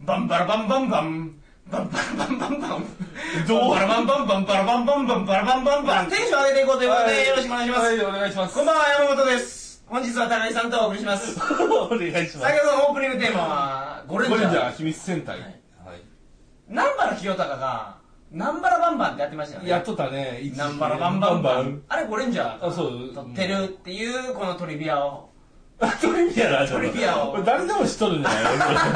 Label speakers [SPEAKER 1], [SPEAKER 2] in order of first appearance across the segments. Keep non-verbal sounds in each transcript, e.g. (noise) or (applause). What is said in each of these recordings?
[SPEAKER 1] バンバラバンバンバン。バンバラバンバンバン。どうバラバンバンバンバラバンバンバンバラバンバンバン。テンション上げていこうということで、よろしくお願いしま
[SPEAKER 2] は
[SPEAKER 1] す。
[SPEAKER 2] い、お願いします。
[SPEAKER 1] こんばんは、山本です。本日は高井さんとお送りします。先
[SPEAKER 2] お願いします。
[SPEAKER 1] ほどのオープニングテーマは、ゴレンジャ
[SPEAKER 2] ゴレンジャ
[SPEAKER 1] ー
[SPEAKER 2] ー。秘密戦隊。
[SPEAKER 1] は
[SPEAKER 2] はいい。
[SPEAKER 1] 南原清隆が、南原バンバンってやってましたよね。
[SPEAKER 2] やっとったね、一時期
[SPEAKER 1] ナンバラバンバンバン。あれゴレンジャーが
[SPEAKER 2] あそう
[SPEAKER 1] 撮ってるっていうこのトリビアを。
[SPEAKER 2] トリビアだ、
[SPEAKER 1] トリビアを
[SPEAKER 2] これ誰でも知っとるんじゃない
[SPEAKER 1] 皆さん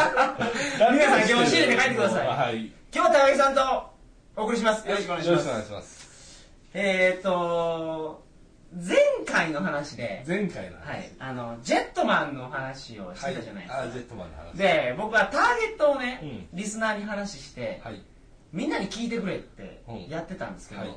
[SPEAKER 2] 誰でも知っとる
[SPEAKER 1] 今日教えて帰ってください
[SPEAKER 2] はい。
[SPEAKER 1] 今日は高木さんとお送りします。よろしくお願いし
[SPEAKER 2] よろ
[SPEAKER 1] ま
[SPEAKER 2] しくお願い
[SPEAKER 1] す。
[SPEAKER 2] します。
[SPEAKER 1] えーっと、前回の話で、
[SPEAKER 2] 前回な。
[SPEAKER 1] はい、あの、ジェットマンの話をし
[SPEAKER 2] は
[SPEAKER 1] て
[SPEAKER 2] い。
[SPEAKER 1] たじゃないですか。
[SPEAKER 2] あ、ジェットマンの話。
[SPEAKER 1] で、僕はターゲットをね、
[SPEAKER 2] う
[SPEAKER 1] リスナーに話して、
[SPEAKER 2] はい。
[SPEAKER 1] みんなに聞いてくれって
[SPEAKER 2] うん
[SPEAKER 1] やってたんですけど、
[SPEAKER 2] はい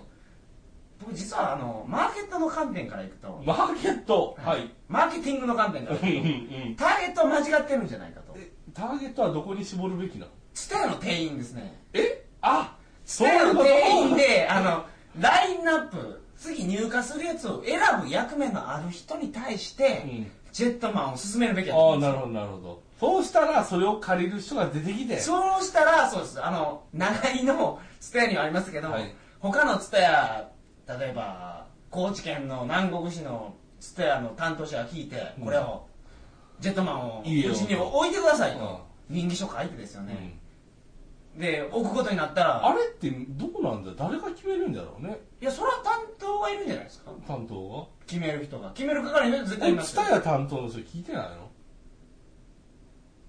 [SPEAKER 1] 僕実はあの、マーケットの観点からいくと、
[SPEAKER 2] マーケット。はい。
[SPEAKER 1] マーケティングの観点からいく
[SPEAKER 2] うんうんう
[SPEAKER 1] と、
[SPEAKER 2] ん。
[SPEAKER 1] ターゲットは間違ってるんじゃないかと。
[SPEAKER 2] えターゲットはどこに絞るべきなの
[SPEAKER 1] ツタヤの店員ですね。
[SPEAKER 2] えあ
[SPEAKER 1] ツ
[SPEAKER 2] そう
[SPEAKER 1] タ
[SPEAKER 2] い
[SPEAKER 1] ヤ
[SPEAKER 2] う
[SPEAKER 1] の
[SPEAKER 2] こと
[SPEAKER 1] 店員で、あの、ラインナップ、次入荷するやつを選ぶ役目のある人に対して、
[SPEAKER 2] うん
[SPEAKER 1] ジェットマンを勧めるべきだと
[SPEAKER 2] あ
[SPEAKER 1] 思
[SPEAKER 2] あ、
[SPEAKER 1] うんで
[SPEAKER 2] な
[SPEAKER 1] すよ
[SPEAKER 2] るほど、なるほど。そうしたら、それを借りる人が出てきて。
[SPEAKER 1] そうしたら、そうです。あの、長井のツタヤにはありますけど、
[SPEAKER 2] はい
[SPEAKER 1] 他のツタヤ、例えば、高知県の南国市のツタヤの担当者が聞いて、
[SPEAKER 2] うん
[SPEAKER 1] これを、ジェットマンをうち
[SPEAKER 2] いいよ
[SPEAKER 1] に置いてくださいと、人気書書いてですよ
[SPEAKER 2] う
[SPEAKER 1] ね
[SPEAKER 2] ん。
[SPEAKER 1] で、置くことになったら、
[SPEAKER 2] あれってどうなんだ誰が決めるんだろうね
[SPEAKER 1] いや、それは担当がいるんじゃないですか。
[SPEAKER 2] 担当
[SPEAKER 1] 決める人が。決める係の人絶
[SPEAKER 2] が
[SPEAKER 1] 対い
[SPEAKER 2] え
[SPEAKER 1] ます
[SPEAKER 2] ツ
[SPEAKER 1] よ
[SPEAKER 2] タヤ担当の人聞いてないの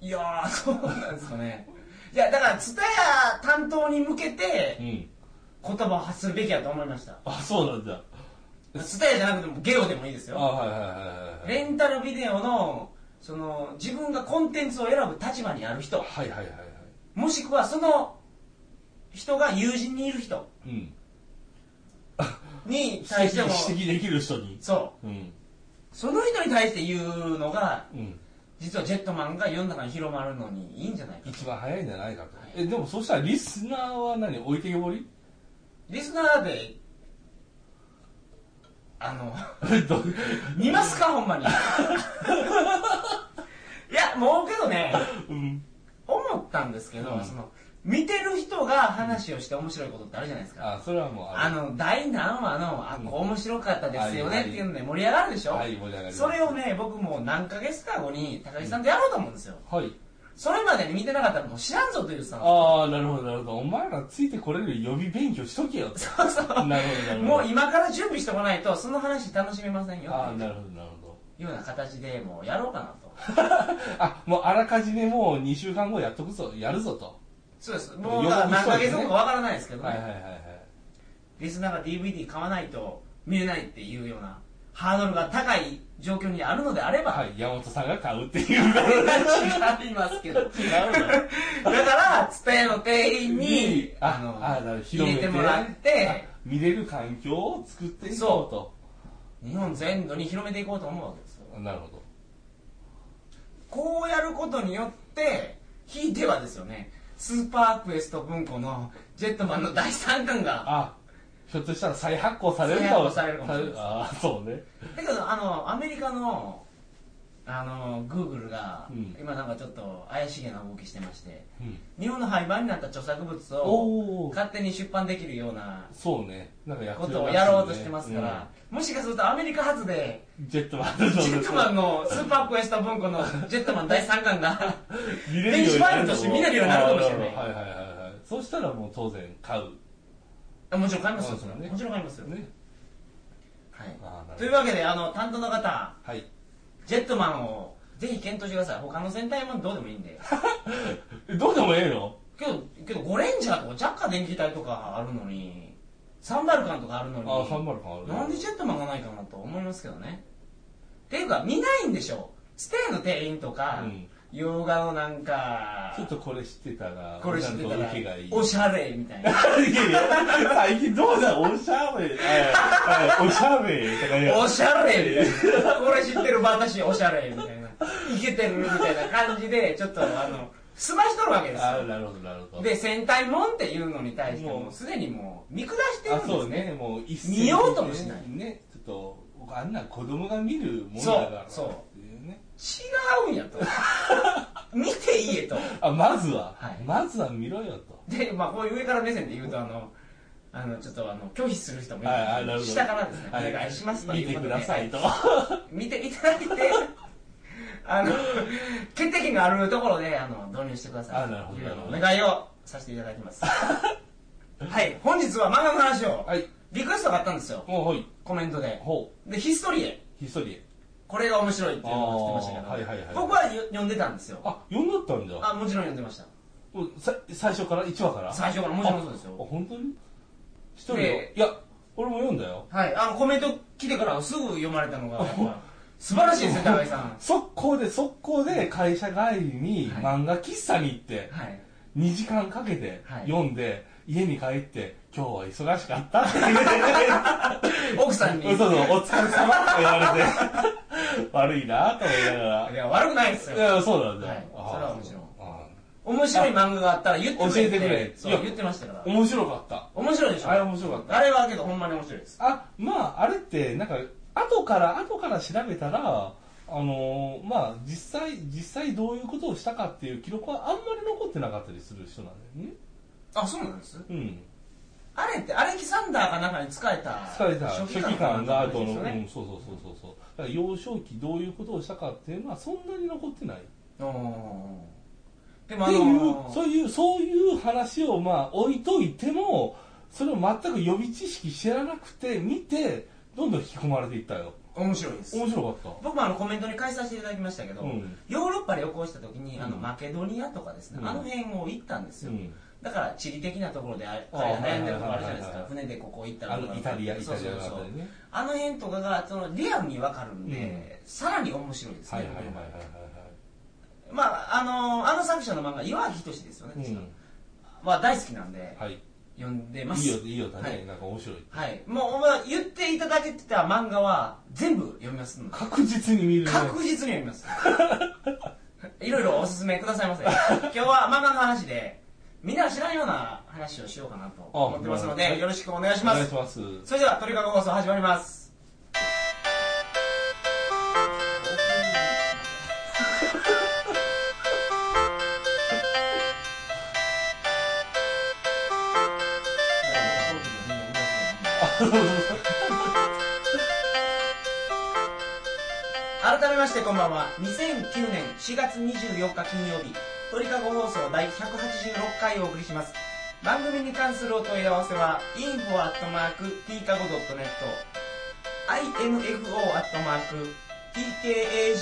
[SPEAKER 1] いやー、そうなんですかね。いや、だから、ツタヤ担当に向けて、
[SPEAKER 2] ん
[SPEAKER 1] 言葉を発するべきだと思いました。
[SPEAKER 2] あそうなんだ
[SPEAKER 1] ツタヤじゃなくても、ゲオでもいいです
[SPEAKER 2] あ
[SPEAKER 1] よ。
[SPEAKER 2] はいはいはいはい
[SPEAKER 1] レンタルビデオの、その、自分がコンテンツを選ぶ立場にある人、
[SPEAKER 2] はいはいはいはい
[SPEAKER 1] もしくはその人が友人にいる人
[SPEAKER 2] うん
[SPEAKER 1] に
[SPEAKER 2] 指
[SPEAKER 1] 対しても、
[SPEAKER 2] 摘指摘できる人に
[SPEAKER 1] そう、
[SPEAKER 2] うん
[SPEAKER 1] その人に対して言うのが、
[SPEAKER 2] うん
[SPEAKER 1] 実はジェットマンが世の中に広まるのにいいんじゃないか
[SPEAKER 2] 一番早いんじゃないかとえでもそうしたらリスナーは何置いてけぼり
[SPEAKER 1] リスナーで、あの、 (laughs)
[SPEAKER 2] (laughs) ど
[SPEAKER 1] 見ますか、ほんまに。い (laughs) や、もうけどね、
[SPEAKER 2] うん
[SPEAKER 1] 思ったんですけど、
[SPEAKER 2] うん
[SPEAKER 1] その、見てる人が話をして面白いことってあるじゃないですか。
[SPEAKER 2] あそれはもう
[SPEAKER 1] あ
[SPEAKER 2] る
[SPEAKER 1] の、第何話の、あ、
[SPEAKER 2] うん
[SPEAKER 1] こう面白かったですよ
[SPEAKER 2] は
[SPEAKER 1] ね
[SPEAKER 2] い
[SPEAKER 1] っていうので盛り上がるでしょ、
[SPEAKER 2] はい盛り上がります
[SPEAKER 1] それをね、僕もう何ヶ月か後に高木さんとやろうと思うんですよ。
[SPEAKER 2] はい
[SPEAKER 1] それまでに見てなかったらもう知らんぞというさ、
[SPEAKER 2] ああなるほどなるほどお前らついてこれる予備勉強しとけよ
[SPEAKER 1] そうそう
[SPEAKER 2] なるほどなるほど
[SPEAKER 1] もう今から準備しておかないと、その話楽しめませんよ。
[SPEAKER 2] ああなるほどなるほど
[SPEAKER 1] いうような形でもうやろうかなと。
[SPEAKER 2] あもうあらかじめもう2週間後やっとくぞやるぞと
[SPEAKER 1] そうです。もうだから何ヶ月後かわからないですけどね、
[SPEAKER 2] はいはいはいはい
[SPEAKER 1] リスナーが DVD 買わないと見れないっていうようなハードルが高い状況にあるのであれば、
[SPEAKER 2] はい、山本さんが買うっていうから
[SPEAKER 1] (laughs) 違いますけど。だから、ツタヤの店員に、
[SPEAKER 2] あ
[SPEAKER 1] あの、
[SPEAKER 2] あなる
[SPEAKER 1] 入れ
[SPEAKER 2] 広
[SPEAKER 1] て
[SPEAKER 2] めて
[SPEAKER 1] もらって、
[SPEAKER 2] あ見れる環境を作っていこ
[SPEAKER 1] 日本全土に広めていこうと思うわけですよ
[SPEAKER 2] う。となるほど
[SPEAKER 1] こうやることによって、ひいてはですよね、スーパークエスト文庫のジェットマンの第3巻が、
[SPEAKER 2] あひょっとしたら再発行されるか
[SPEAKER 1] 再発行されるかもしれない
[SPEAKER 2] ああそうね
[SPEAKER 1] だけどあのアメリカのあのグーグルが、
[SPEAKER 2] うん
[SPEAKER 1] 今なんかちょっと怪しげな動きしてまして
[SPEAKER 2] うん
[SPEAKER 1] 日本の廃盤になった著作物
[SPEAKER 2] お
[SPEAKER 1] を
[SPEAKER 2] ー
[SPEAKER 1] 勝手に出版できるような
[SPEAKER 2] そうねなんかやって
[SPEAKER 1] こ
[SPEAKER 2] る
[SPEAKER 1] とを
[SPEAKER 2] らしいね
[SPEAKER 1] やろうとしてますから、、もしかするとアメリカ発で
[SPEAKER 2] うんジェットマンの
[SPEAKER 1] ジ (laughs) ェットマンのスーパークエスト文庫のジェットマン第3巻が電子ファイルとして見れるようになるかもしれない
[SPEAKER 2] あーるほどはいはいはいはいそうしたらもう当然買う
[SPEAKER 1] あもちろん買いますよ、
[SPEAKER 2] そうですね
[SPEAKER 1] もちろん買いますよ、
[SPEAKER 2] ね
[SPEAKER 1] はい
[SPEAKER 2] あーなるほど
[SPEAKER 1] というわけであの担当の方
[SPEAKER 2] はい
[SPEAKER 1] ジェットマンをぜひ検討してください他の戦隊もどうでもいいんで
[SPEAKER 2] えどうでもええの
[SPEAKER 1] けど、けど、ゴレンジャーとかジャッカ電気隊とかあるのに、サンバルカンとかあるのに、
[SPEAKER 2] ああ3 0ある
[SPEAKER 1] なんでジェットマンがないかなと思いますけどね。っていうか、見ないんでしょ。ステイの店員とか、
[SPEAKER 2] うん
[SPEAKER 1] 洋画のなんか、
[SPEAKER 2] ちょっとこれ知ってたら、
[SPEAKER 1] これ知ってた
[SPEAKER 2] なん
[SPEAKER 1] ら
[SPEAKER 2] か受けがいい。、
[SPEAKER 1] おしゃれみたいな。
[SPEAKER 2] いやいや最近どうだ、おし
[SPEAKER 1] (laughs)
[SPEAKER 2] ゃべり。はいはいおしゃべりとか言う
[SPEAKER 1] おしゃれみたいな。これ知ってる私、おしゃれみたいな。イケてるみたいな感じで、ちょっとあの、済ましとるわけです
[SPEAKER 2] ああ、
[SPEAKER 1] よ。
[SPEAKER 2] なるほど、なるほど。
[SPEAKER 1] で、戦隊もんっていうのに対しても、
[SPEAKER 2] もう
[SPEAKER 1] すでにもう、見下してるん
[SPEAKER 2] あ、
[SPEAKER 1] です
[SPEAKER 2] そう
[SPEAKER 1] ね
[SPEAKER 2] ね、もう一
[SPEAKER 1] 見ようともしない
[SPEAKER 2] ね、ちょっと、あんな子供が見るもんだから。
[SPEAKER 1] そうそう
[SPEAKER 2] っていうね。
[SPEAKER 1] 違うんやと (laughs) 見ていいえと
[SPEAKER 2] あまずは、
[SPEAKER 1] はい
[SPEAKER 2] まずは見ろよと
[SPEAKER 1] でまあこういう上から目線で言うとあのあのちょっとあの拒否する人もいる
[SPEAKER 2] はいはいなるほど
[SPEAKER 1] 下からですね、
[SPEAKER 2] は
[SPEAKER 1] お願いしますとい
[SPEAKER 2] 見
[SPEAKER 1] う
[SPEAKER 2] て
[SPEAKER 1] こと
[SPEAKER 2] く
[SPEAKER 1] で
[SPEAKER 2] ださいと
[SPEAKER 1] 見ていただいてあの血液があるところであの導入してください
[SPEAKER 2] あなるほど
[SPEAKER 1] というあの
[SPEAKER 2] な
[SPEAKER 1] お
[SPEAKER 2] るほど
[SPEAKER 1] 願いをさせていただきます
[SPEAKER 2] (laughs)
[SPEAKER 1] はい本日は漫画の話を、
[SPEAKER 2] はい
[SPEAKER 1] リクエストがあったんですよ
[SPEAKER 2] もうはい
[SPEAKER 1] コメントで
[SPEAKER 2] ほ
[SPEAKER 1] でヒストリエ
[SPEAKER 2] うひっそり
[SPEAKER 1] これが面白いっていうのを言ってましたけど、
[SPEAKER 2] あーはいはいはい
[SPEAKER 1] 僕はよ読んでたんですよ
[SPEAKER 2] あ読んだったんだ
[SPEAKER 1] あもちろん読んでました
[SPEAKER 2] もうさ最初から1話から
[SPEAKER 1] 最初からもちろんそうです
[SPEAKER 2] あ
[SPEAKER 1] よ
[SPEAKER 2] 本当に一人を
[SPEAKER 1] で
[SPEAKER 2] いや俺も読んだよ
[SPEAKER 1] はいあのコメント来てからすぐ読まれたのがやっぱ素晴らしいですね高井さん
[SPEAKER 2] 速攻で速攻で会社帰りに
[SPEAKER 1] はい
[SPEAKER 2] 漫画喫茶に行って
[SPEAKER 1] はい
[SPEAKER 2] 2時間かけて
[SPEAKER 1] はい
[SPEAKER 2] 読んで家に帰って今日は忙しかった
[SPEAKER 1] (laughs)
[SPEAKER 2] って言
[SPEAKER 1] 奥さんに
[SPEAKER 2] うそうそうお疲れ様って言われて (laughs) 悪いなと思いながら
[SPEAKER 1] (laughs) いや悪くないです
[SPEAKER 2] い
[SPEAKER 1] よ
[SPEAKER 2] やそうなんだ、
[SPEAKER 1] はい
[SPEAKER 2] あー
[SPEAKER 1] それはもちろん
[SPEAKER 2] あ
[SPEAKER 1] 面白い漫画があったら言ってくれ
[SPEAKER 2] 教えてくれ
[SPEAKER 1] そう
[SPEAKER 2] いや
[SPEAKER 1] 言ってましたから
[SPEAKER 2] ー面白かった
[SPEAKER 1] 面白いでしょ
[SPEAKER 2] あれ面白かった
[SPEAKER 1] あれはけどほんまに面白いです
[SPEAKER 2] あまああれってなんか後から後から調べたらあのーまあ実際実際どういうことをしたかっていう記録はあんまり残ってなかったりする人なんだよね
[SPEAKER 1] あそうなんです
[SPEAKER 2] うん
[SPEAKER 1] あれってアレキサンダーかなんかに使えた
[SPEAKER 2] 疲れた初期感が後の、
[SPEAKER 1] 初期感
[SPEAKER 2] う
[SPEAKER 1] なん
[SPEAKER 2] んそうそうそうそうそうだから幼少期どういうことをしたかっていうのはそんなに残ってないっ
[SPEAKER 1] おーでもあ
[SPEAKER 2] ていう、
[SPEAKER 1] の
[SPEAKER 2] そういうそういう話をまあ置いといてもそれを全く予備知識知らなくて見てどんどん引き込まれていったよ
[SPEAKER 1] 面白いです
[SPEAKER 2] 面白かっ
[SPEAKER 1] 僕もあのコメントに返させていただきましたけど、
[SPEAKER 2] うん
[SPEAKER 1] ヨーロッパ旅行した時にあの
[SPEAKER 2] うん
[SPEAKER 1] マケドニアとかですね、
[SPEAKER 2] うん
[SPEAKER 1] あの辺を行ったんです
[SPEAKER 2] た、う
[SPEAKER 1] よ、
[SPEAKER 2] ん、
[SPEAKER 1] だから地理的なところであれ
[SPEAKER 2] あ
[SPEAKER 1] 彼が悩んでるところあるじゃないです
[SPEAKER 2] はいはいはい
[SPEAKER 1] か
[SPEAKER 2] はい
[SPEAKER 1] 船でここ行ったら
[SPEAKER 2] あ
[SPEAKER 1] どうか
[SPEAKER 2] の
[SPEAKER 1] な
[SPEAKER 2] イタリアイ
[SPEAKER 1] そ
[SPEAKER 2] タ
[SPEAKER 1] うそう
[SPEAKER 2] リアのあ
[SPEAKER 1] そ
[SPEAKER 2] た
[SPEAKER 1] う
[SPEAKER 2] りね
[SPEAKER 1] あの辺とかがそのリアルに分かるんで、さらに面白いですね、
[SPEAKER 2] はいはいはいはい
[SPEAKER 1] まああのあの作者の漫画岩城仁ですよね、
[SPEAKER 2] はい、
[SPEAKER 1] 確
[SPEAKER 2] う
[SPEAKER 1] か
[SPEAKER 2] ん、
[SPEAKER 1] まあ、大好きなんで
[SPEAKER 2] はい
[SPEAKER 1] 読んでま
[SPEAKER 2] い
[SPEAKER 1] す
[SPEAKER 2] いよいいよだね、
[SPEAKER 1] はい
[SPEAKER 2] なんか面白い
[SPEAKER 1] はいもうまあ言っていただけてた漫画は全部読みますので
[SPEAKER 2] 確実に見るね
[SPEAKER 1] 確実に読み
[SPEAKER 2] (laughs)
[SPEAKER 1] ますいろいろおすすめくださいませ今日は漫画の話でみんなが知らんような話をしようかなと思ってますの
[SPEAKER 2] あ
[SPEAKER 1] で
[SPEAKER 2] なるほど
[SPEAKER 1] よろしくお願いし
[SPEAKER 2] お
[SPEAKER 1] ま
[SPEAKER 2] 願い
[SPEAKER 1] す
[SPEAKER 2] します
[SPEAKER 1] それでは鳥かご放送始まります改めましてこんばんは2009年4月24日金曜日鳥かご放送第186回をお送りします番組に関するお問い合わせは info.tkago.net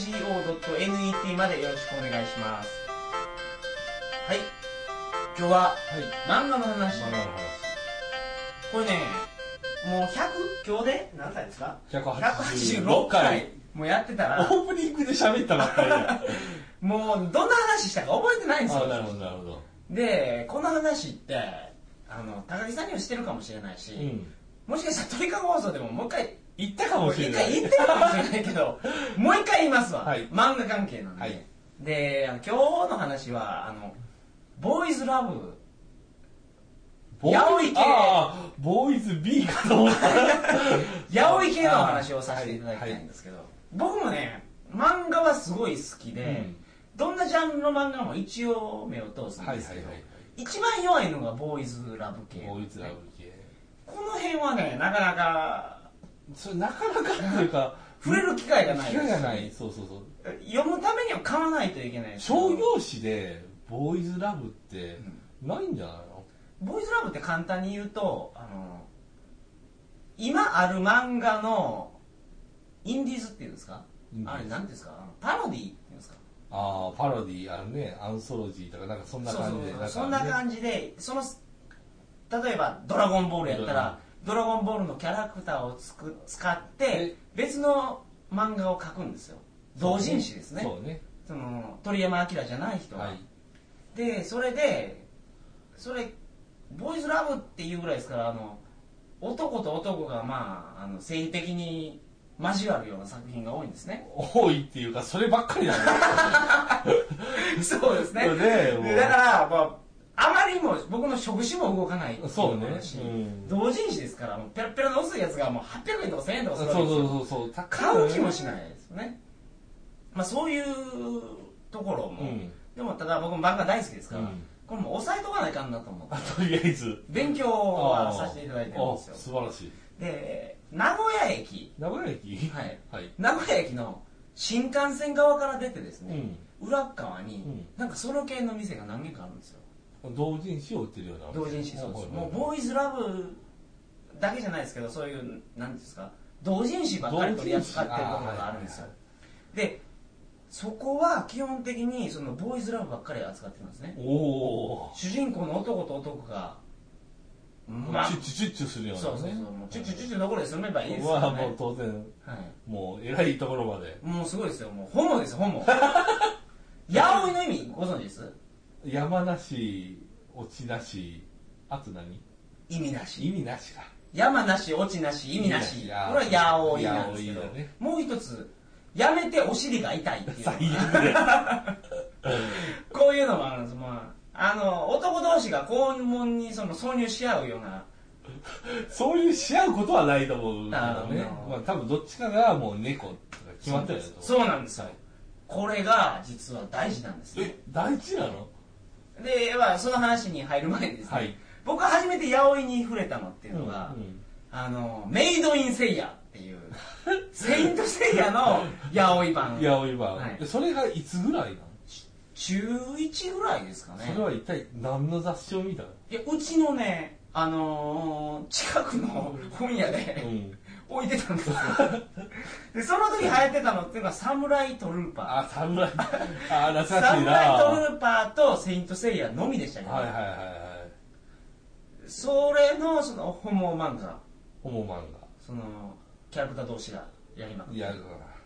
[SPEAKER 1] info.tkago.net までよろしくお願いしますはい今日は
[SPEAKER 2] はい
[SPEAKER 1] 漫画の話
[SPEAKER 2] 漫画の
[SPEAKER 1] これねもう100今日で何歳ですか
[SPEAKER 2] 話
[SPEAKER 1] 186回もうやってたら
[SPEAKER 2] オープニングで喋ったばっかりだ
[SPEAKER 1] もうどんな話したか覚えてないんです
[SPEAKER 2] あ
[SPEAKER 1] よ
[SPEAKER 2] なるほどなるほど
[SPEAKER 1] でこの話ってあの高木さんにもしてるかもしれないし、
[SPEAKER 2] うん
[SPEAKER 1] もしかしたら鳥かご放送でももう一回
[SPEAKER 2] 言ったかもしれ
[SPEAKER 1] 一
[SPEAKER 2] な
[SPEAKER 1] 回
[SPEAKER 2] い
[SPEAKER 1] 言ってるかもしれないけど
[SPEAKER 2] (laughs)
[SPEAKER 1] もう一回言いますわ、
[SPEAKER 2] はい
[SPEAKER 1] 漫画関係なんで、
[SPEAKER 2] はい
[SPEAKER 1] であの今日の話はあのボーイズラブ
[SPEAKER 2] ボーイ
[SPEAKER 1] 八百池
[SPEAKER 2] ああボーイズ B かと思った
[SPEAKER 1] 八百系のお話をさせていただきたいんですけど、僕もね漫画はすごい好きで、
[SPEAKER 2] うん
[SPEAKER 1] どんなジャンルの漫画も一応目を通すん
[SPEAKER 2] はい
[SPEAKER 1] で
[SPEAKER 2] は
[SPEAKER 1] す
[SPEAKER 2] い
[SPEAKER 1] けど、
[SPEAKER 2] はい
[SPEAKER 1] 一番弱いのがボーイズラブ系
[SPEAKER 2] ボーイズラブ系
[SPEAKER 1] この辺はねなかなか
[SPEAKER 2] それなかなかっていうか
[SPEAKER 1] 触れる機会がない
[SPEAKER 2] 機会がないそうそうそう
[SPEAKER 1] 読むためには買わないといけないですけど
[SPEAKER 2] 商業誌でボーイズラブってないんじゃないの
[SPEAKER 1] ボーイズラブって簡単に言うとあの今ある漫画のインディーズっていうんですか
[SPEAKER 2] インディー
[SPEAKER 1] あ
[SPEAKER 2] ズ
[SPEAKER 1] れ何ですかあのパロディっていうんですか
[SPEAKER 2] ああパロディあるねアンソロジーとかなんかそんな感じで
[SPEAKER 1] そうそうそうそんな
[SPEAKER 2] ね
[SPEAKER 1] 感じでその例えば「ドラゴンボール」やったら「ドラゴンボール」のキャラクターをつく使って
[SPEAKER 2] え
[SPEAKER 1] 別の漫画を描くんですよ同人誌ですね
[SPEAKER 2] そうね
[SPEAKER 1] その鳥山明じゃない人は、
[SPEAKER 2] はい
[SPEAKER 1] でそれでそれボーイズラブっていうぐらいですからあの男と男がまああの性的に交わるような作品が多いんですね (laughs)
[SPEAKER 2] 多いっていうかそればっかりだね
[SPEAKER 1] そうですね
[SPEAKER 2] そうねもう
[SPEAKER 1] だから、まあ、あまりにも僕の触手も動かないってい
[SPEAKER 2] そうね
[SPEAKER 1] のもあるし
[SPEAKER 2] うん
[SPEAKER 1] 同人誌ですからもうペラペラの薄いやつがもう800円とか1000円とかす
[SPEAKER 2] そう
[SPEAKER 1] るわけ
[SPEAKER 2] そ
[SPEAKER 1] で
[SPEAKER 2] う
[SPEAKER 1] すよ
[SPEAKER 2] そうそう
[SPEAKER 1] 買う気も
[SPEAKER 2] し
[SPEAKER 1] しないですよね、まあ、そういうところも、
[SPEAKER 2] うん
[SPEAKER 1] ででもただ僕も漫画大好きですから、
[SPEAKER 2] うん
[SPEAKER 1] これもう押さえとかないかんなと思って
[SPEAKER 2] あ (laughs) とりあえず
[SPEAKER 1] 勉強はさせていただいてるんです
[SPEAKER 2] あ
[SPEAKER 1] よ
[SPEAKER 2] 素晴らしい
[SPEAKER 1] で名古屋駅
[SPEAKER 2] 名古屋駅
[SPEAKER 1] はい
[SPEAKER 2] はい
[SPEAKER 1] 名古屋駅の新幹線側から出てです
[SPEAKER 2] う
[SPEAKER 1] ね、
[SPEAKER 2] ん
[SPEAKER 1] 裏っ側に、
[SPEAKER 2] うん
[SPEAKER 1] なんかその系の店が何軒かあるんですよ
[SPEAKER 2] 同人誌を売ってるようなお店
[SPEAKER 1] 同人誌そうです、
[SPEAKER 2] はいはい
[SPEAKER 1] も
[SPEAKER 2] は
[SPEAKER 1] う
[SPEAKER 2] い
[SPEAKER 1] ボーイズラブだけじゃないですけどそういう何ですか同人誌ばっかり取り扱ってるところがあるんですよでそこは基本的にそのボーイズラブばっかり扱ってますね
[SPEAKER 2] おお
[SPEAKER 1] 主人公の男と男がまあ
[SPEAKER 2] チュッチュチュッチュするような
[SPEAKER 1] そうそうそうもうチュチュチュチュどころで住めばいいですか
[SPEAKER 2] は
[SPEAKER 1] ら
[SPEAKER 2] もう
[SPEAKER 1] ね、
[SPEAKER 2] 当然
[SPEAKER 1] はい
[SPEAKER 2] もう偉いところまで
[SPEAKER 1] もうすごいですよ、もうホモですよ、ホ
[SPEAKER 2] (laughs)
[SPEAKER 1] モ。八百の意味ご存知です
[SPEAKER 2] 山なし落ちなしあと何
[SPEAKER 1] 意味な
[SPEAKER 2] 意
[SPEAKER 1] し。
[SPEAKER 2] 味なしか
[SPEAKER 1] 山なし、落ちなし、意味なし。
[SPEAKER 2] 意
[SPEAKER 1] こ
[SPEAKER 2] 味
[SPEAKER 1] れ
[SPEAKER 2] なし
[SPEAKER 1] は八百いなんですけど
[SPEAKER 2] 八百いだね、
[SPEAKER 1] もう一つ、やめてお尻が痛いっていうの
[SPEAKER 2] (laughs) 最
[SPEAKER 1] が。
[SPEAKER 2] 悪で
[SPEAKER 1] こういうのもあるんです。まあ、あの、男同士が肛門にその挿入し合うような、
[SPEAKER 2] そういうし合うことはないと思うけど
[SPEAKER 1] あー
[SPEAKER 2] ね
[SPEAKER 1] なるほど
[SPEAKER 2] まあ多分どっちかがもう猫とか決まってるやつ
[SPEAKER 1] そうなんですよ。これが実は大事なんですね。
[SPEAKER 2] え大事なの
[SPEAKER 1] で、まあ、その話に入る前にですね、
[SPEAKER 2] はい
[SPEAKER 1] 僕が初めて八百いに触れたのっていうのが、
[SPEAKER 2] うん
[SPEAKER 1] あの、メイドインセイヤっていう、 (laughs) セイントセイヤの八百版
[SPEAKER 2] い。や今、
[SPEAKER 1] はい
[SPEAKER 2] えそれがいつぐらいなの
[SPEAKER 1] 中1ぐらいですかね。
[SPEAKER 2] それは一体何の雑誌を見たの
[SPEAKER 1] いや、うちのね、あのー近くの本屋
[SPEAKER 2] う
[SPEAKER 1] で
[SPEAKER 2] ん
[SPEAKER 1] 置いてたんですよ。で、その時流行ってたのっていうのが、サムライトルーパ
[SPEAKER 2] あ侍あー
[SPEAKER 1] ー。
[SPEAKER 2] 懐か
[SPEAKER 1] サ
[SPEAKER 2] しい
[SPEAKER 1] ム
[SPEAKER 2] な
[SPEAKER 1] ライト
[SPEAKER 2] は
[SPEAKER 1] ルーパーとセイントセイヤのみでした
[SPEAKER 2] い
[SPEAKER 1] けど、
[SPEAKER 2] はいはいはい
[SPEAKER 1] それの、その、ホモ漫画、
[SPEAKER 2] ホモ漫
[SPEAKER 1] その、キャラクター同士がやりまく
[SPEAKER 2] 画
[SPEAKER 1] る
[SPEAKER 2] いや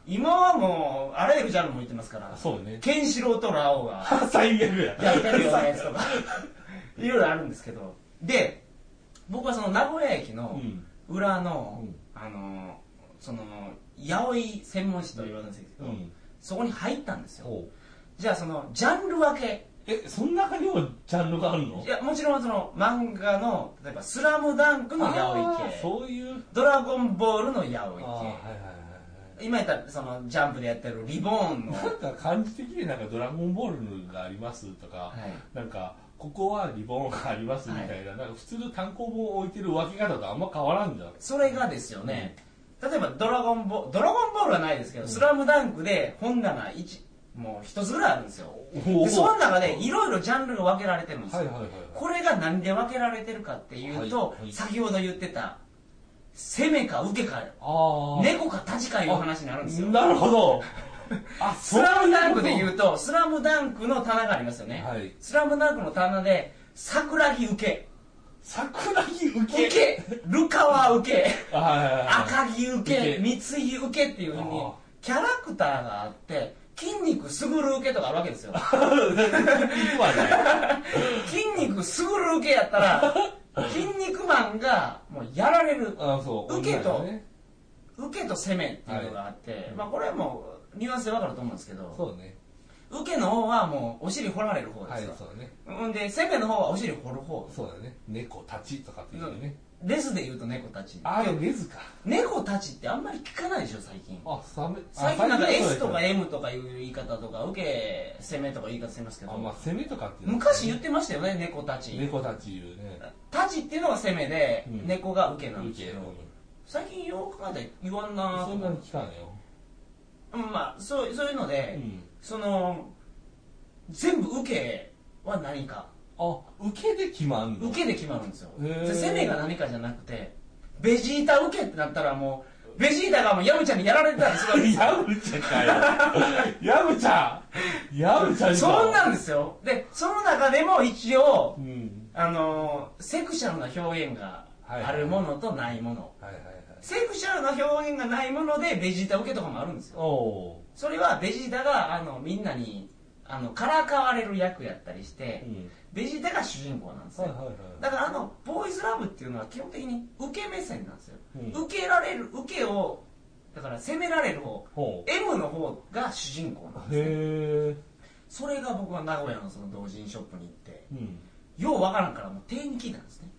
[SPEAKER 1] 今はもう、あらゆるジャンルも行ってますから、
[SPEAKER 2] そうね (laughs)
[SPEAKER 1] ケンシロウとラオウが。
[SPEAKER 2] 最悪や
[SPEAKER 1] やってるよねとか (laughs) いろいろあるんですけどで僕はその名古屋駅
[SPEAKER 2] う
[SPEAKER 1] の
[SPEAKER 2] ん
[SPEAKER 1] 裏の、
[SPEAKER 2] うん
[SPEAKER 1] あのその八百屋専門誌と言われるんですけ
[SPEAKER 2] う
[SPEAKER 1] ど、
[SPEAKER 2] ん
[SPEAKER 1] そこに入ったんですよ
[SPEAKER 2] おう
[SPEAKER 1] じゃあそのジャンル分け
[SPEAKER 2] えその中にもジャンルがあるの
[SPEAKER 1] いやもちろんその漫画の例えば「スラムダンクの八百
[SPEAKER 2] あ
[SPEAKER 1] 屋
[SPEAKER 2] ー
[SPEAKER 1] 系
[SPEAKER 2] そういう
[SPEAKER 1] 「ドラゴンボールの八百屋
[SPEAKER 2] あーはいはい
[SPEAKER 1] 系
[SPEAKER 2] はいは
[SPEAKER 1] 今言ったそのジャンプでやってる「リボー
[SPEAKER 2] (laughs)
[SPEAKER 1] ンの」
[SPEAKER 2] いなんか感じ的になんか「ドラゴンボール」がありますとか、
[SPEAKER 1] はい
[SPEAKER 2] なんか「ここはリボンがあります」みたいな,、なんか普通の単行本を置いてる分け方とあんま変わらんじゃん
[SPEAKER 1] それがですよね、例えばドラゴンボ「ドラゴンボール」はないですけど「スラムダンクで本棚一もう一つぐらいあるんですよ
[SPEAKER 2] お
[SPEAKER 1] で
[SPEAKER 2] ー
[SPEAKER 1] その中でいろいろジャンルが分けられてるんですよ、
[SPEAKER 2] はいはいはいはい
[SPEAKER 1] これが何で分けられてるかっていうと、
[SPEAKER 2] はいはい
[SPEAKER 1] 先ほど言ってた攻めか受けか
[SPEAKER 2] ああ
[SPEAKER 1] 猫か立ちかいう話になるんですよ
[SPEAKER 2] なる
[SPEAKER 1] (laughs)
[SPEAKER 2] ほどあ
[SPEAKER 1] スラムダンクで
[SPEAKER 2] う
[SPEAKER 1] 言
[SPEAKER 2] いう
[SPEAKER 1] と「スラムダンクの棚がありますよね、
[SPEAKER 2] はい
[SPEAKER 1] スラムダンクの棚で桜木受け
[SPEAKER 2] こと桜木受け
[SPEAKER 1] 受けルカワ受け
[SPEAKER 2] あはいはいはい
[SPEAKER 1] 赤木受け
[SPEAKER 2] 受け
[SPEAKER 1] 三井受けっていうふうに
[SPEAKER 2] あー
[SPEAKER 1] キャラクターがあって筋肉すぐる受けとかあるわけですよ
[SPEAKER 2] (laughs) いいわね
[SPEAKER 1] 筋肉すぐる受けやったら筋肉マンがもうやられる
[SPEAKER 2] あ
[SPEAKER 1] (laughs)
[SPEAKER 2] そう
[SPEAKER 1] 受けと
[SPEAKER 2] 女だね
[SPEAKER 1] 受けと攻めっていうのがあって、まあこれはもうニュアンスでわかると思うんですけど
[SPEAKER 2] そうね
[SPEAKER 1] 受けの方はもうお尻掘られる方で
[SPEAKER 2] はい
[SPEAKER 1] すよ、
[SPEAKER 2] そうだね
[SPEAKER 1] うんで攻めの方はお尻掘る方
[SPEAKER 2] そうだね猫たちとかっていうね
[SPEAKER 1] レスで言うと猫たち
[SPEAKER 2] あれレズか
[SPEAKER 1] 猫たちってあんまり聞かないでしょ最近
[SPEAKER 2] あサメあ
[SPEAKER 1] 最近なんか
[SPEAKER 2] 最
[SPEAKER 1] S とか
[SPEAKER 2] そう
[SPEAKER 1] M とかいう言い方とか受け攻めとか言い方してますけ
[SPEAKER 2] だ
[SPEAKER 1] ど
[SPEAKER 2] あまあ攻めとかっていうのはね
[SPEAKER 1] 昔言ってましたよね猫たち
[SPEAKER 2] 猫たちいうね
[SPEAKER 1] たちっていうのが攻めで、
[SPEAKER 2] うん
[SPEAKER 1] 猫が受けなんです
[SPEAKER 2] 受
[SPEAKER 1] け
[SPEAKER 2] け
[SPEAKER 1] ど最近よく考えたら言わんな
[SPEAKER 2] そんなに聞かないよ
[SPEAKER 1] うんまあそうそういうの
[SPEAKER 2] う
[SPEAKER 1] で、
[SPEAKER 2] ん
[SPEAKER 1] その全部受けは何か
[SPEAKER 2] あ受けで決まんの
[SPEAKER 1] 受
[SPEAKER 2] (laughs)
[SPEAKER 1] けで決まるんですよ
[SPEAKER 2] へー
[SPEAKER 1] で攻めが何かじゃなくてベジータ受けってなったらもうベジータがもうヤムちゃんにやられてたりするわけ
[SPEAKER 2] (laughs)
[SPEAKER 1] ですよ
[SPEAKER 2] ヤ
[SPEAKER 1] (laughs)
[SPEAKER 2] ムちゃんかよヤムちゃんヤムちゃんじゃ
[SPEAKER 1] そんなんですよでその中でも一応
[SPEAKER 2] うん
[SPEAKER 1] あのセクシャルな表現があるものとないもの、
[SPEAKER 2] はいはいはい
[SPEAKER 1] セクシャルな表現がないものでベジータ受けとかもあるんですよ
[SPEAKER 2] おお
[SPEAKER 1] それはベジータがあのみんなにあのからかわれる役やったりして、
[SPEAKER 2] ーうん
[SPEAKER 1] ベジータが主人公なんですよ、
[SPEAKER 2] はいはいはい
[SPEAKER 1] だからあのボーイズラブっていうのは基本的に受け目線なんですよ、
[SPEAKER 2] うん
[SPEAKER 1] 受けられる受けをだから責められる方
[SPEAKER 2] ほう
[SPEAKER 1] M の方が主人公なんですね
[SPEAKER 2] へえ
[SPEAKER 1] それが僕は名古屋のその同人ショップに行って
[SPEAKER 2] うん
[SPEAKER 1] ようわからんからもう店員に聞いたんですね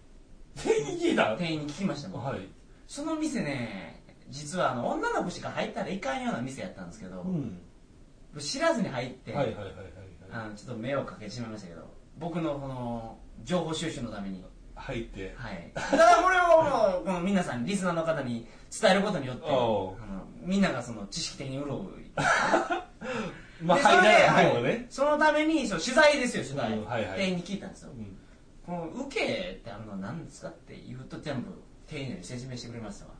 [SPEAKER 2] 手に聞いた
[SPEAKER 1] 店員に聞きましたもん
[SPEAKER 2] はい
[SPEAKER 1] その店ね実はあの女の子しか入ったらいかんような店やったんですけど、
[SPEAKER 2] うん
[SPEAKER 1] 知らずに入って、
[SPEAKER 2] はいはいはいはい
[SPEAKER 1] あのちょっと迷惑かけてしまいましたけど僕のこの情報収集のために
[SPEAKER 2] 入って、 (laughs)
[SPEAKER 1] はい、ただこれをもうこの皆さんリスナーの方に伝えることによってあ
[SPEAKER 2] お
[SPEAKER 1] の
[SPEAKER 2] う
[SPEAKER 1] みんながその知識的にうろう
[SPEAKER 2] (laughs) まあ、
[SPEAKER 1] でそれ
[SPEAKER 2] 入
[SPEAKER 1] で
[SPEAKER 2] らな
[SPEAKER 1] はい
[SPEAKER 2] いでもね、
[SPEAKER 1] そのためにそう取材ですよ取材、
[SPEAKER 2] うんはいはい
[SPEAKER 1] 店員に聞いたんですよ、
[SPEAKER 2] うん
[SPEAKER 1] この受けってあの何ですかって言うと全部丁寧に説明してくれましたわ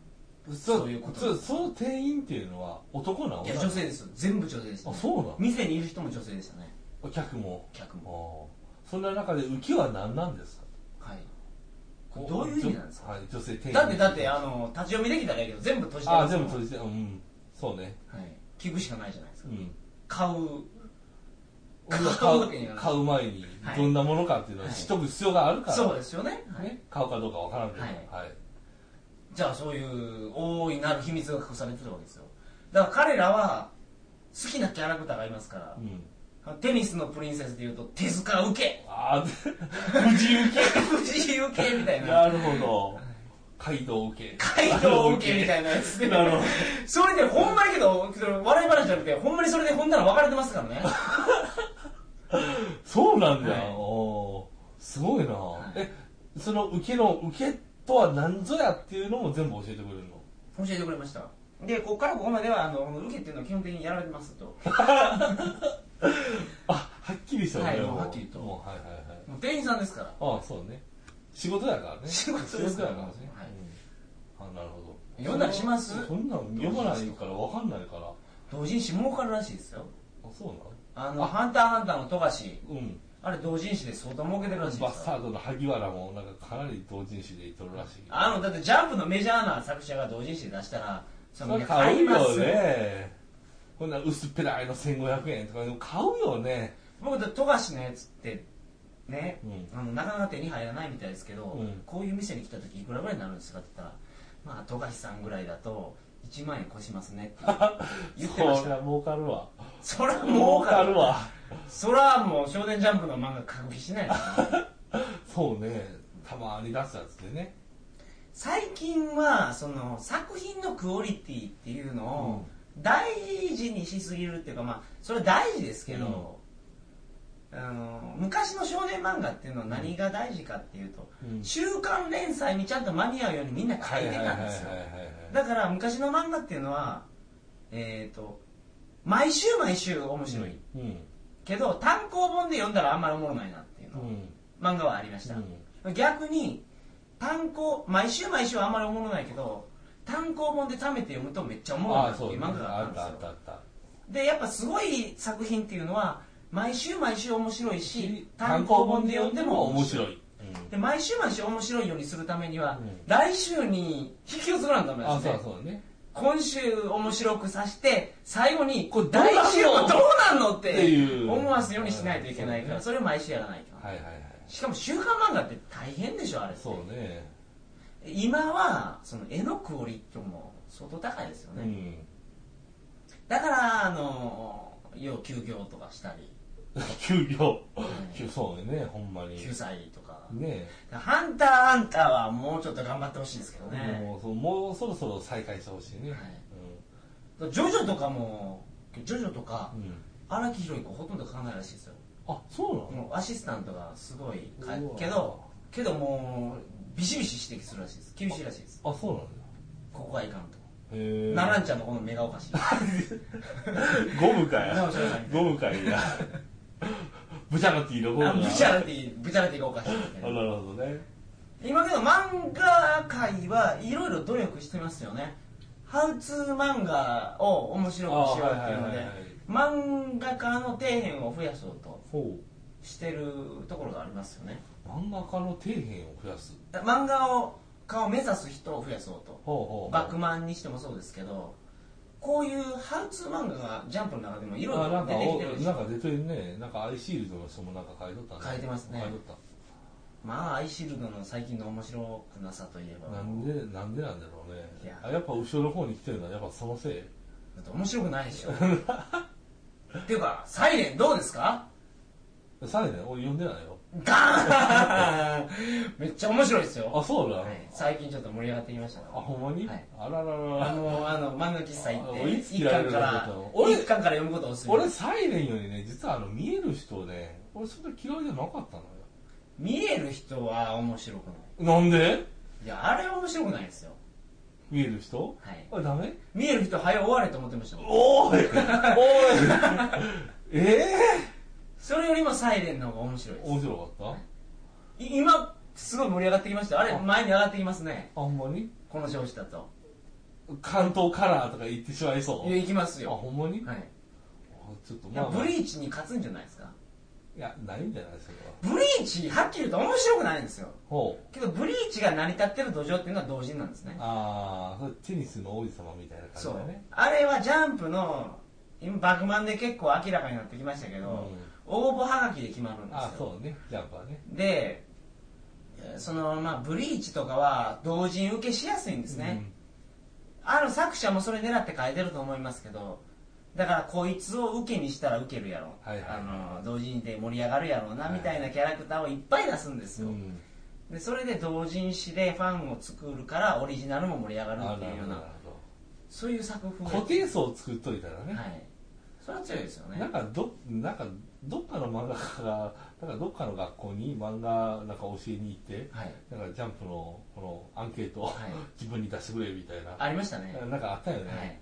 [SPEAKER 2] そ
[SPEAKER 1] そういうこと
[SPEAKER 2] そうその店員っていうのは男なの
[SPEAKER 1] いや女性ですよ全部女性です、
[SPEAKER 2] あそうなの
[SPEAKER 1] 店にいる人も女性でしたね
[SPEAKER 2] お客も
[SPEAKER 1] 客も
[SPEAKER 2] もそんな中で浮きは何なんですか
[SPEAKER 1] はいこれどういう意味なんですか
[SPEAKER 2] はい女性店員
[SPEAKER 1] だってだってあの立ち読みできたらいいけど全部閉じて
[SPEAKER 2] あ
[SPEAKER 1] ま
[SPEAKER 2] あ
[SPEAKER 1] す
[SPEAKER 2] 全部閉じてうんそうね
[SPEAKER 1] はい聞くしかないじゃないです
[SPEAKER 2] う
[SPEAKER 1] か、
[SPEAKER 2] ん
[SPEAKER 1] 買う買うっていうの
[SPEAKER 2] 買う
[SPEAKER 1] は
[SPEAKER 2] 買う前に
[SPEAKER 1] はい
[SPEAKER 2] どんなものかっていうのを知っとく必要があるから、
[SPEAKER 1] そうですよね、はい
[SPEAKER 2] ね、買うかどうかわからんけど、
[SPEAKER 1] は
[SPEAKER 2] はいい
[SPEAKER 1] じゃあそういう大いなる秘密が隠されてるわけですよだから彼らは好きなキャラクターがいますから
[SPEAKER 2] う、ん、
[SPEAKER 1] テニスのプリンセスでいうと手塚受け
[SPEAKER 2] ああ (laughs) 藤井受
[SPEAKER 1] 藤井受けみた
[SPEAKER 2] け
[SPEAKER 1] い
[SPEAKER 2] な
[SPEAKER 1] (laughs) な
[SPEAKER 2] るほど街道受け
[SPEAKER 1] 街道受けみたいなやつで
[SPEAKER 2] なるほど
[SPEAKER 1] それでほんまやけどそれ笑い話じゃなくてほんまにそれでほんなの別れてますからね
[SPEAKER 2] そうなんだよ、
[SPEAKER 1] はい
[SPEAKER 2] おーすごいな、
[SPEAKER 1] はい
[SPEAKER 2] えその受けの受けとは何ぞやっていうのも全部教えてくれるの
[SPEAKER 1] 教えてくれましたでここからここまではあの受けっていうのは基本的にやられてますと
[SPEAKER 2] あはっきりしたね
[SPEAKER 1] はい
[SPEAKER 2] もう
[SPEAKER 1] はっきりと
[SPEAKER 2] もうはいはいはい
[SPEAKER 1] もう店員さんですから
[SPEAKER 2] ああそうね仕事やからね
[SPEAKER 1] 仕事ですから
[SPEAKER 2] 仕事やからね、
[SPEAKER 1] はい
[SPEAKER 2] うんあなるほど
[SPEAKER 1] 読んだりします
[SPEAKER 2] そんなん読まないから分かんないからあ
[SPEAKER 1] 同人誌儲かるらしいですよ
[SPEAKER 2] そうなの
[SPEAKER 1] あのハンターハンター」の富樫
[SPEAKER 2] うん
[SPEAKER 1] あれ同人誌で相当儲けてるらしいで
[SPEAKER 2] バ
[SPEAKER 1] す
[SPEAKER 2] ス
[SPEAKER 1] よ
[SPEAKER 2] タードの萩原もなんかかなり同人誌でいとるらしいけど
[SPEAKER 1] あのだってジャンプのメジャーな作者が同人誌で出したらそ
[SPEAKER 2] そ
[SPEAKER 1] の
[SPEAKER 2] れ買
[SPEAKER 1] 買
[SPEAKER 2] う
[SPEAKER 1] いま
[SPEAKER 2] よ
[SPEAKER 1] す
[SPEAKER 2] ねこんな薄っぺらいの1500円とかでも買うよね
[SPEAKER 1] 僕だって富樫のやつってね、
[SPEAKER 2] う
[SPEAKER 1] あのなかなか手に入らないみたいですけど、
[SPEAKER 2] うん
[SPEAKER 1] こういう店に来た時いくらぐらいになるんですかって言ったらまあ富樫さんぐらいだと1万円越しますねって言ってまし
[SPEAKER 2] (laughs) そ
[SPEAKER 1] た
[SPEAKER 2] ら儲かるわ
[SPEAKER 1] そら儲かる
[SPEAKER 2] わ
[SPEAKER 1] そらもう「少年ジャンプ」の漫画買う気しないですね
[SPEAKER 2] (laughs) そうねたまに出すやつでね
[SPEAKER 1] 最近はその作品のクオリティっていうのを大事にしすぎるっていうかまあそれは大事ですけど、あの昔の少年漫画っていうのは何が大事かっていうと、
[SPEAKER 2] うん
[SPEAKER 1] 週刊連載にちゃんと間に合うようにみんな書いてたんですよだから昔の漫画っていうのはえっ、と毎週毎週面白い、
[SPEAKER 2] うん
[SPEAKER 1] けど単行本で読んだらあんまりおもろないなっていう
[SPEAKER 2] う
[SPEAKER 1] の、
[SPEAKER 2] ん
[SPEAKER 1] 漫画はありました、逆に単行毎週毎週はあんまりおもろないけど単行本で貯めて読むとめっちゃおもろい
[SPEAKER 2] あ
[SPEAKER 1] な
[SPEAKER 2] あ
[SPEAKER 1] って
[SPEAKER 2] そう
[SPEAKER 1] いう
[SPEAKER 2] ね
[SPEAKER 1] 漫画があ
[SPEAKER 2] あ
[SPEAKER 1] っ
[SPEAKER 2] った
[SPEAKER 1] た
[SPEAKER 2] あ
[SPEAKER 1] ん
[SPEAKER 2] っ
[SPEAKER 1] です
[SPEAKER 2] た
[SPEAKER 1] よ
[SPEAKER 2] あった
[SPEAKER 1] でやっぱすごい作品っていうのは毎週毎週面白いし単
[SPEAKER 2] 単
[SPEAKER 1] 行
[SPEAKER 2] 行
[SPEAKER 1] 本
[SPEAKER 2] 本
[SPEAKER 1] で
[SPEAKER 2] で
[SPEAKER 1] 読ん
[SPEAKER 2] 読ん
[SPEAKER 1] で
[SPEAKER 2] で
[SPEAKER 1] も
[SPEAKER 2] も
[SPEAKER 1] 面
[SPEAKER 2] 面
[SPEAKER 1] 白い
[SPEAKER 2] 白い
[SPEAKER 1] で毎週毎週面白いようにするためには、
[SPEAKER 2] うん
[SPEAKER 1] 来週に引きを作らんとダメな
[SPEAKER 2] あ
[SPEAKER 1] んです
[SPEAKER 2] そう
[SPEAKER 1] ね
[SPEAKER 2] そうね
[SPEAKER 1] 今週面白くさして最後に
[SPEAKER 2] これどうな
[SPEAKER 1] 来
[SPEAKER 2] んの
[SPEAKER 1] 週はどうなんのっ
[SPEAKER 2] って
[SPEAKER 1] て
[SPEAKER 2] いう
[SPEAKER 1] 思わすようにしないといけないから
[SPEAKER 2] うん
[SPEAKER 1] それを毎週やらないと
[SPEAKER 2] はいはいはい
[SPEAKER 1] しかも週刊漫画って大変でしょあれ
[SPEAKER 2] そうね
[SPEAKER 1] 今はその絵のクオリティも相当高いですよ
[SPEAKER 2] う
[SPEAKER 1] ね、
[SPEAKER 2] ん (laughs)
[SPEAKER 1] だからあの要休業とかしたり
[SPEAKER 2] 給料
[SPEAKER 1] ん
[SPEAKER 2] 給そうねほんまに
[SPEAKER 1] 救済とか
[SPEAKER 2] ね
[SPEAKER 1] ハンターハンターはもうちょっと頑張ってほしいですけどね
[SPEAKER 2] もうそうもうそろそろ再開してほしいね
[SPEAKER 1] はいジョジョとかもジョジョとか
[SPEAKER 2] うんうん
[SPEAKER 1] 荒木宏彦ほとんど考えないらしいですよ
[SPEAKER 2] あそうなの
[SPEAKER 1] もうアシスタントがすごいか
[SPEAKER 2] うわ
[SPEAKER 1] けどけどもうビシビシ指摘するらしいです厳しいらしいです
[SPEAKER 2] あそうなんだ
[SPEAKER 1] ここはいかんと
[SPEAKER 2] へー
[SPEAKER 1] ナランちゃんのこの目がおかしい
[SPEAKER 2] ゴムか
[SPEAKER 1] なお
[SPEAKER 2] よ
[SPEAKER 1] ちゃんさん
[SPEAKER 2] ゴムかいなブチャラティのゴム
[SPEAKER 1] あ
[SPEAKER 2] が
[SPEAKER 1] ブチャラティブチャラティがおかしいみたいな
[SPEAKER 2] あなるほどね
[SPEAKER 1] 今けど漫画界はいろいろ努力してますよねハウツー漫画を面白くしようっていうの
[SPEAKER 2] あはいはいはい
[SPEAKER 1] で
[SPEAKER 2] はい
[SPEAKER 1] 漫画家の底辺を増やそうと
[SPEAKER 2] ほ
[SPEAKER 1] してるところがありますよね
[SPEAKER 2] う漫画家の底辺を増やす
[SPEAKER 1] 漫画を家を目指す人を増やそうと
[SPEAKER 2] ほうほう
[SPEAKER 1] バックマンにしてもそうですけどこういうハウツー漫画がジャンプの中でもいろ
[SPEAKER 2] あ
[SPEAKER 1] い
[SPEAKER 2] な
[SPEAKER 1] ろ
[SPEAKER 2] ん
[SPEAKER 1] 出
[SPEAKER 2] か
[SPEAKER 1] てき
[SPEAKER 2] お
[SPEAKER 1] てるでし
[SPEAKER 2] なん
[SPEAKER 1] ょ
[SPEAKER 2] か出てるねなんかアイシールドの人もなんか書いとったね
[SPEAKER 1] 書いてますね
[SPEAKER 2] 書いとっ
[SPEAKER 1] まあアイシールドの最近の面白くなさといえ
[SPEAKER 2] た
[SPEAKER 1] ば
[SPEAKER 2] なんでなんでなんだろうね
[SPEAKER 1] いや
[SPEAKER 2] あやっぱ後ろの方に来てるのはやっぱそのせい
[SPEAKER 1] だって面白くないでしょっていうか「サイレンどうですか
[SPEAKER 2] サイレン俺読んでないよ
[SPEAKER 1] ガーン (laughs) めっちゃ面白いですよ
[SPEAKER 2] あそうだ、
[SPEAKER 1] はい最近ちょっと盛り上がってきましたね
[SPEAKER 2] あほんまに、
[SPEAKER 1] はい
[SPEAKER 2] あらららら
[SPEAKER 1] あのあの漫画喫茶行
[SPEAKER 2] あ
[SPEAKER 1] って
[SPEAKER 2] いつ
[SPEAKER 1] 一
[SPEAKER 2] 嫌い
[SPEAKER 1] 巻
[SPEAKER 2] な
[SPEAKER 1] か
[SPEAKER 2] こ
[SPEAKER 1] ら
[SPEAKER 2] とを俺
[SPEAKER 1] 一巻から読むことをおすすめ
[SPEAKER 2] 俺サイレンよりね実はあの見える人ね俺そんな嫌いじゃなかったのよ
[SPEAKER 1] 見える人は面白くない
[SPEAKER 2] なんで
[SPEAKER 1] いやあれは面白くないですよ
[SPEAKER 2] 見える人
[SPEAKER 1] はい
[SPEAKER 2] あれダメ
[SPEAKER 1] 見える人早終われと思ってましたもん
[SPEAKER 2] おーいおーい (laughs) え
[SPEAKER 1] それよりもサイレンの方が面白い
[SPEAKER 2] え
[SPEAKER 1] です
[SPEAKER 2] 面白かった
[SPEAKER 1] い今すごい盛り上がってきましたあれ
[SPEAKER 2] あ
[SPEAKER 1] 前に上がってきますね
[SPEAKER 2] あんまに
[SPEAKER 1] この調子だと
[SPEAKER 2] 関東カラーとか言ってしまいそう
[SPEAKER 1] いや行きます
[SPEAKER 2] あ
[SPEAKER 1] よ
[SPEAKER 2] ほんまに、
[SPEAKER 1] はい
[SPEAKER 2] あちょっと
[SPEAKER 1] い
[SPEAKER 2] ま
[SPEAKER 1] や
[SPEAKER 2] あ、まあ、
[SPEAKER 1] ブ
[SPEAKER 2] い
[SPEAKER 1] リーチに勝つんじゃないですか
[SPEAKER 2] やないんじゃないですか
[SPEAKER 1] ブリーチはっきり言うと面白くないんですよ
[SPEAKER 2] ほう
[SPEAKER 1] けどブリーチが成り立ってる土壌っていうのは同人なんですね
[SPEAKER 2] ああテニスの王子様みたいな感じ
[SPEAKER 1] そう
[SPEAKER 2] だね
[SPEAKER 1] あれはジャンプの今バクマンで結構明らかになってきましたけど、
[SPEAKER 2] うん
[SPEAKER 1] 応募はがきで決まるんですよ
[SPEAKER 2] あそうねジャンプはね
[SPEAKER 1] でえーそのまあブリーチとかは同人受けしやすいんですね、ある作者もそれ狙って書いてると思いますけどだからこいつを受けにしたら受けるやろ、
[SPEAKER 2] はいはい
[SPEAKER 1] あの同人で盛り上がるやろうなみたいなキャラクターをいっぱい出すんです
[SPEAKER 2] うん
[SPEAKER 1] よ、
[SPEAKER 2] うん
[SPEAKER 1] でそれで同人誌でファンを作るからオリジナルも盛り上がる
[SPEAKER 2] あ
[SPEAKER 1] っ
[SPEAKER 2] な
[SPEAKER 1] て
[SPEAKER 2] る
[SPEAKER 1] いうよ
[SPEAKER 2] ほ
[SPEAKER 1] う
[SPEAKER 2] ど
[SPEAKER 1] な
[SPEAKER 2] なるほど
[SPEAKER 1] そういう作風
[SPEAKER 2] 固定層を作っといたらね、
[SPEAKER 1] はいそれは強いですよね
[SPEAKER 2] なんかどなんかどっかの漫画家がなんかどっかの学校に漫画なんか教えに行って
[SPEAKER 1] はい
[SPEAKER 2] なんかジャンプのこのアンケートを、
[SPEAKER 1] はい
[SPEAKER 2] (laughs) 自分に出してくれみたいな
[SPEAKER 1] ありましたね
[SPEAKER 2] なんかあったよ
[SPEAKER 1] は
[SPEAKER 2] ね、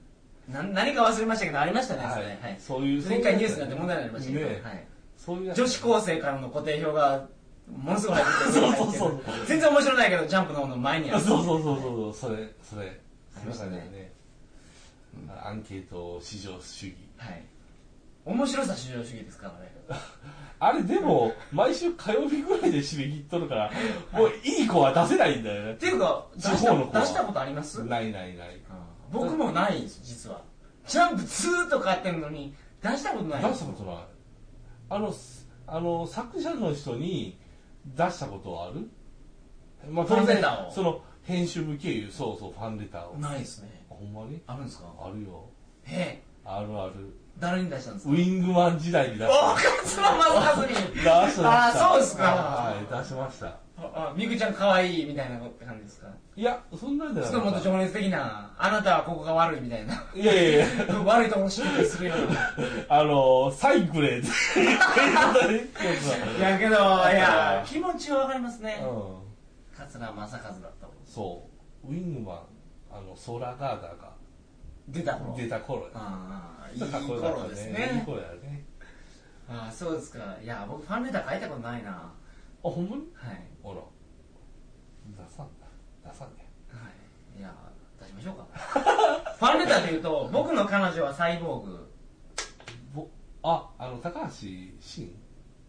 [SPEAKER 1] いな何か忘れましたけどありましたねそれはい
[SPEAKER 2] そういう
[SPEAKER 1] 前回ニュースになって問題になりましたけど、
[SPEAKER 2] ね
[SPEAKER 1] はい、
[SPEAKER 2] そういうやつ
[SPEAKER 1] 女子高生からの固定票がものすごい入ってくる
[SPEAKER 2] そうそうそう
[SPEAKER 1] 全然面白ないけどジャンプの方の前にあ
[SPEAKER 2] あ
[SPEAKER 1] る
[SPEAKER 2] (laughs) そうそうそうそうそれそれ
[SPEAKER 1] ありましたね
[SPEAKER 2] その中であアンケート至上主義
[SPEAKER 1] はい面白さ至上主義ですからね
[SPEAKER 2] あれで
[SPEAKER 1] (laughs)
[SPEAKER 2] も毎週火曜日ぐらいで締め切っとるからもういい子は出せないんだ
[SPEAKER 1] (laughs)
[SPEAKER 2] よね
[SPEAKER 1] っていうか出し
[SPEAKER 2] 地
[SPEAKER 1] た
[SPEAKER 2] 方の子は
[SPEAKER 1] 出したことあります
[SPEAKER 2] ないないない
[SPEAKER 1] 僕もないんです実はジャンプずーっと買ってるのに出したことない
[SPEAKER 2] 出したことないあのすあの作者の人に出したことはあるまあ
[SPEAKER 1] ファンレターを
[SPEAKER 2] その編集部経由そうそうファンレターを
[SPEAKER 1] ないですね
[SPEAKER 2] ほんまに
[SPEAKER 1] あるんですか
[SPEAKER 2] あるよ
[SPEAKER 1] ええ
[SPEAKER 2] あるある
[SPEAKER 1] 誰に出したんですか
[SPEAKER 2] ウィングマン時代に出
[SPEAKER 1] お
[SPEAKER 2] した
[SPEAKER 1] お勝間正和に
[SPEAKER 2] 出しました
[SPEAKER 1] あーそうですか
[SPEAKER 2] はい出しました
[SPEAKER 1] ああみくちゃん可愛いみたいな感じですか
[SPEAKER 2] いやそんなんじゃな
[SPEAKER 1] す
[SPEAKER 2] か
[SPEAKER 1] ごいもっ
[SPEAKER 2] っ
[SPEAKER 1] と情熱的なあなたはここが悪いみたい (laughs) な
[SPEAKER 2] たいやいやいや
[SPEAKER 1] 悪いところ指摘するような
[SPEAKER 2] あのサイクレって言って
[SPEAKER 1] いやけどいや気持ちはわかりますね
[SPEAKER 2] たうん
[SPEAKER 1] 桂正和だと
[SPEAKER 2] そうウィングマンあのソーラーガーダーが
[SPEAKER 1] 出た頃
[SPEAKER 2] 出た頃や
[SPEAKER 1] ああいい
[SPEAKER 2] かっこよかった
[SPEAKER 1] 頃です
[SPEAKER 2] いい
[SPEAKER 1] ね
[SPEAKER 2] 頃やね
[SPEAKER 1] ああそうですかいや僕ファンレター書いたことないな
[SPEAKER 2] あほんまに
[SPEAKER 1] はい、
[SPEAKER 2] あら出さんな出さんね
[SPEAKER 1] はい、いや出しましょうか (laughs) ファンレターでいうと僕の彼女はサイボーグ
[SPEAKER 2] ぼああの高橋真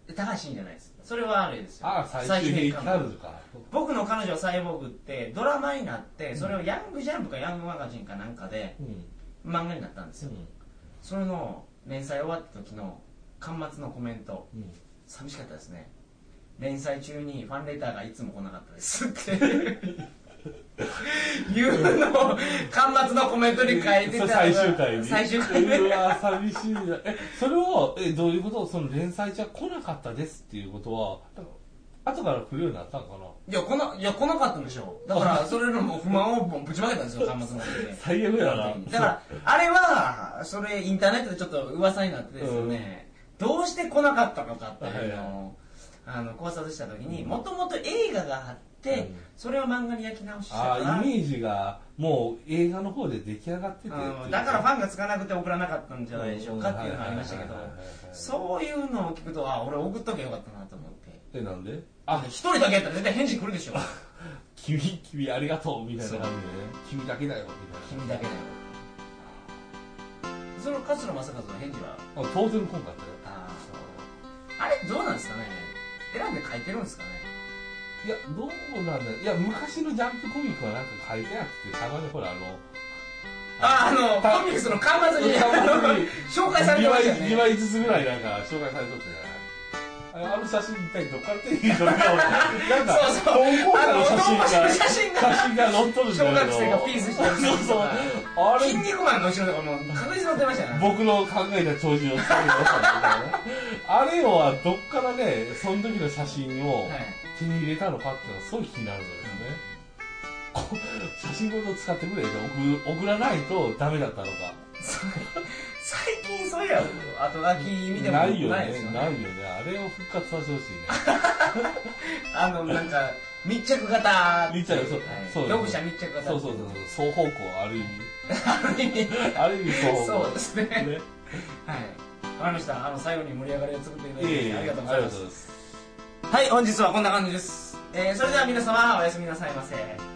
[SPEAKER 1] え高橋いいんじゃないですそれはあれですよ
[SPEAKER 2] あ最終兵器
[SPEAKER 1] 最
[SPEAKER 2] な
[SPEAKER 1] 終
[SPEAKER 2] る
[SPEAKER 1] 兵器
[SPEAKER 2] か
[SPEAKER 1] 僕の彼女はサイボーグってドラマになってそれをヤングジャンプかヤングマガジンかなんかで
[SPEAKER 2] うん
[SPEAKER 1] 漫画になったんですよ、それの連載終わった時の巻末のコメント
[SPEAKER 2] うんうん
[SPEAKER 1] 寂しかったですね連載中にファンレターがいつも来なかったですっていうのを巻末のコメントに書いてたの
[SPEAKER 2] そ
[SPEAKER 1] が
[SPEAKER 2] れ最終回に
[SPEAKER 1] 最終回で
[SPEAKER 2] うわ寂しいな (laughs) えそれをえどういうことその連載じゃ来なかったですっていうことはなんか後から来るようになったのかない
[SPEAKER 1] や、この、いや、来なかったんでしょ。だ
[SPEAKER 2] (laughs)
[SPEAKER 1] から、それのもう不満をもうぶちまけたんですよ、端末の方で。
[SPEAKER 2] 最悪やな
[SPEAKER 1] だから、あれは、それ、インターネットでちょっと噂になってですね、どうして来なかったのかっていうのを、あの、考察したときに、もともと映画があって
[SPEAKER 2] うん、
[SPEAKER 1] それを漫画に焼き直ししたから、
[SPEAKER 2] あーイメージがもう映画の方で出来上がってて
[SPEAKER 1] うんだからファンがつかなくて送らなかったんじゃないでしょうかっていうのが
[SPEAKER 2] は
[SPEAKER 1] あり
[SPEAKER 2] いは
[SPEAKER 1] ま
[SPEAKER 2] いはい
[SPEAKER 1] したけど
[SPEAKER 2] はいはいはい、
[SPEAKER 1] そういうのを聞くと、あ、俺送っとけよかったなと思って。
[SPEAKER 2] えなんで
[SPEAKER 1] あ
[SPEAKER 2] あ、
[SPEAKER 1] 一人だけやったら絶対返事来るでしょ。
[SPEAKER 2] 君君ありがとうみたいな感じでね君だけだよみた
[SPEAKER 1] 君
[SPEAKER 2] い
[SPEAKER 1] だ
[SPEAKER 2] な
[SPEAKER 1] けだよその桂正和の返事は
[SPEAKER 2] あ当然今回だよ
[SPEAKER 1] ああれどうなんですかね選んで書いてるんですかね
[SPEAKER 2] いやどうなんだいや昔のジャンプコミックはなんか書いてなくてたまにほらあの
[SPEAKER 1] ああ
[SPEAKER 2] た
[SPEAKER 1] のコミックスの巻末に
[SPEAKER 2] (laughs) 巻末に
[SPEAKER 1] 紹介されてましたよ
[SPEAKER 2] 2
[SPEAKER 1] ね
[SPEAKER 2] 枚ずつぐらいなんか紹介されとったじゃないあの写真一体どっから手に入れたのかなんか
[SPEAKER 1] そうそう
[SPEAKER 2] 高校生の写真
[SPEAKER 1] あの
[SPEAKER 2] が
[SPEAKER 1] 写真が
[SPEAKER 2] 載っとるんだ
[SPEAKER 1] 小
[SPEAKER 2] けど
[SPEAKER 1] 学生がピースしてる
[SPEAKER 2] そうそうあれ
[SPEAKER 1] 筋肉マンの後ろとかもう確実に乗ってましたよね
[SPEAKER 2] 僕の考えた調子を伝えてましたみたいなねあれはどっからねその時の写真を
[SPEAKER 1] はい
[SPEAKER 2] 手に入れたのかっていうのがすごい気になるんだよねこ写真ごと使ってくれって送送らないとダメだったのか
[SPEAKER 1] そう最近そういや後書き見ても
[SPEAKER 2] ないよ
[SPEAKER 1] ない
[SPEAKER 2] ね
[SPEAKER 1] ですよ
[SPEAKER 2] ない
[SPEAKER 1] ね
[SPEAKER 2] よねあれを復活させて
[SPEAKER 1] (laughs)
[SPEAKER 2] ほしいね
[SPEAKER 1] あのなんか密着型
[SPEAKER 2] 密着そう
[SPEAKER 1] はい
[SPEAKER 2] そう
[SPEAKER 1] 読者密着型
[SPEAKER 2] そうそうそうそう双方向ある意味
[SPEAKER 1] ある意味
[SPEAKER 2] ある意味双方向
[SPEAKER 1] そうです (laughs) ね
[SPEAKER 2] ね
[SPEAKER 1] はいわかりましたあの最後に盛り上がりを作っていただ
[SPEAKER 2] いえい
[SPEAKER 1] い
[SPEAKER 2] え
[SPEAKER 1] てありがとうご
[SPEAKER 2] あ
[SPEAKER 1] ざい
[SPEAKER 2] り
[SPEAKER 1] ま
[SPEAKER 2] が
[SPEAKER 1] す
[SPEAKER 2] とうございます
[SPEAKER 1] はい本日はこんな感じです、えーそれでは皆様おやすみなさいませ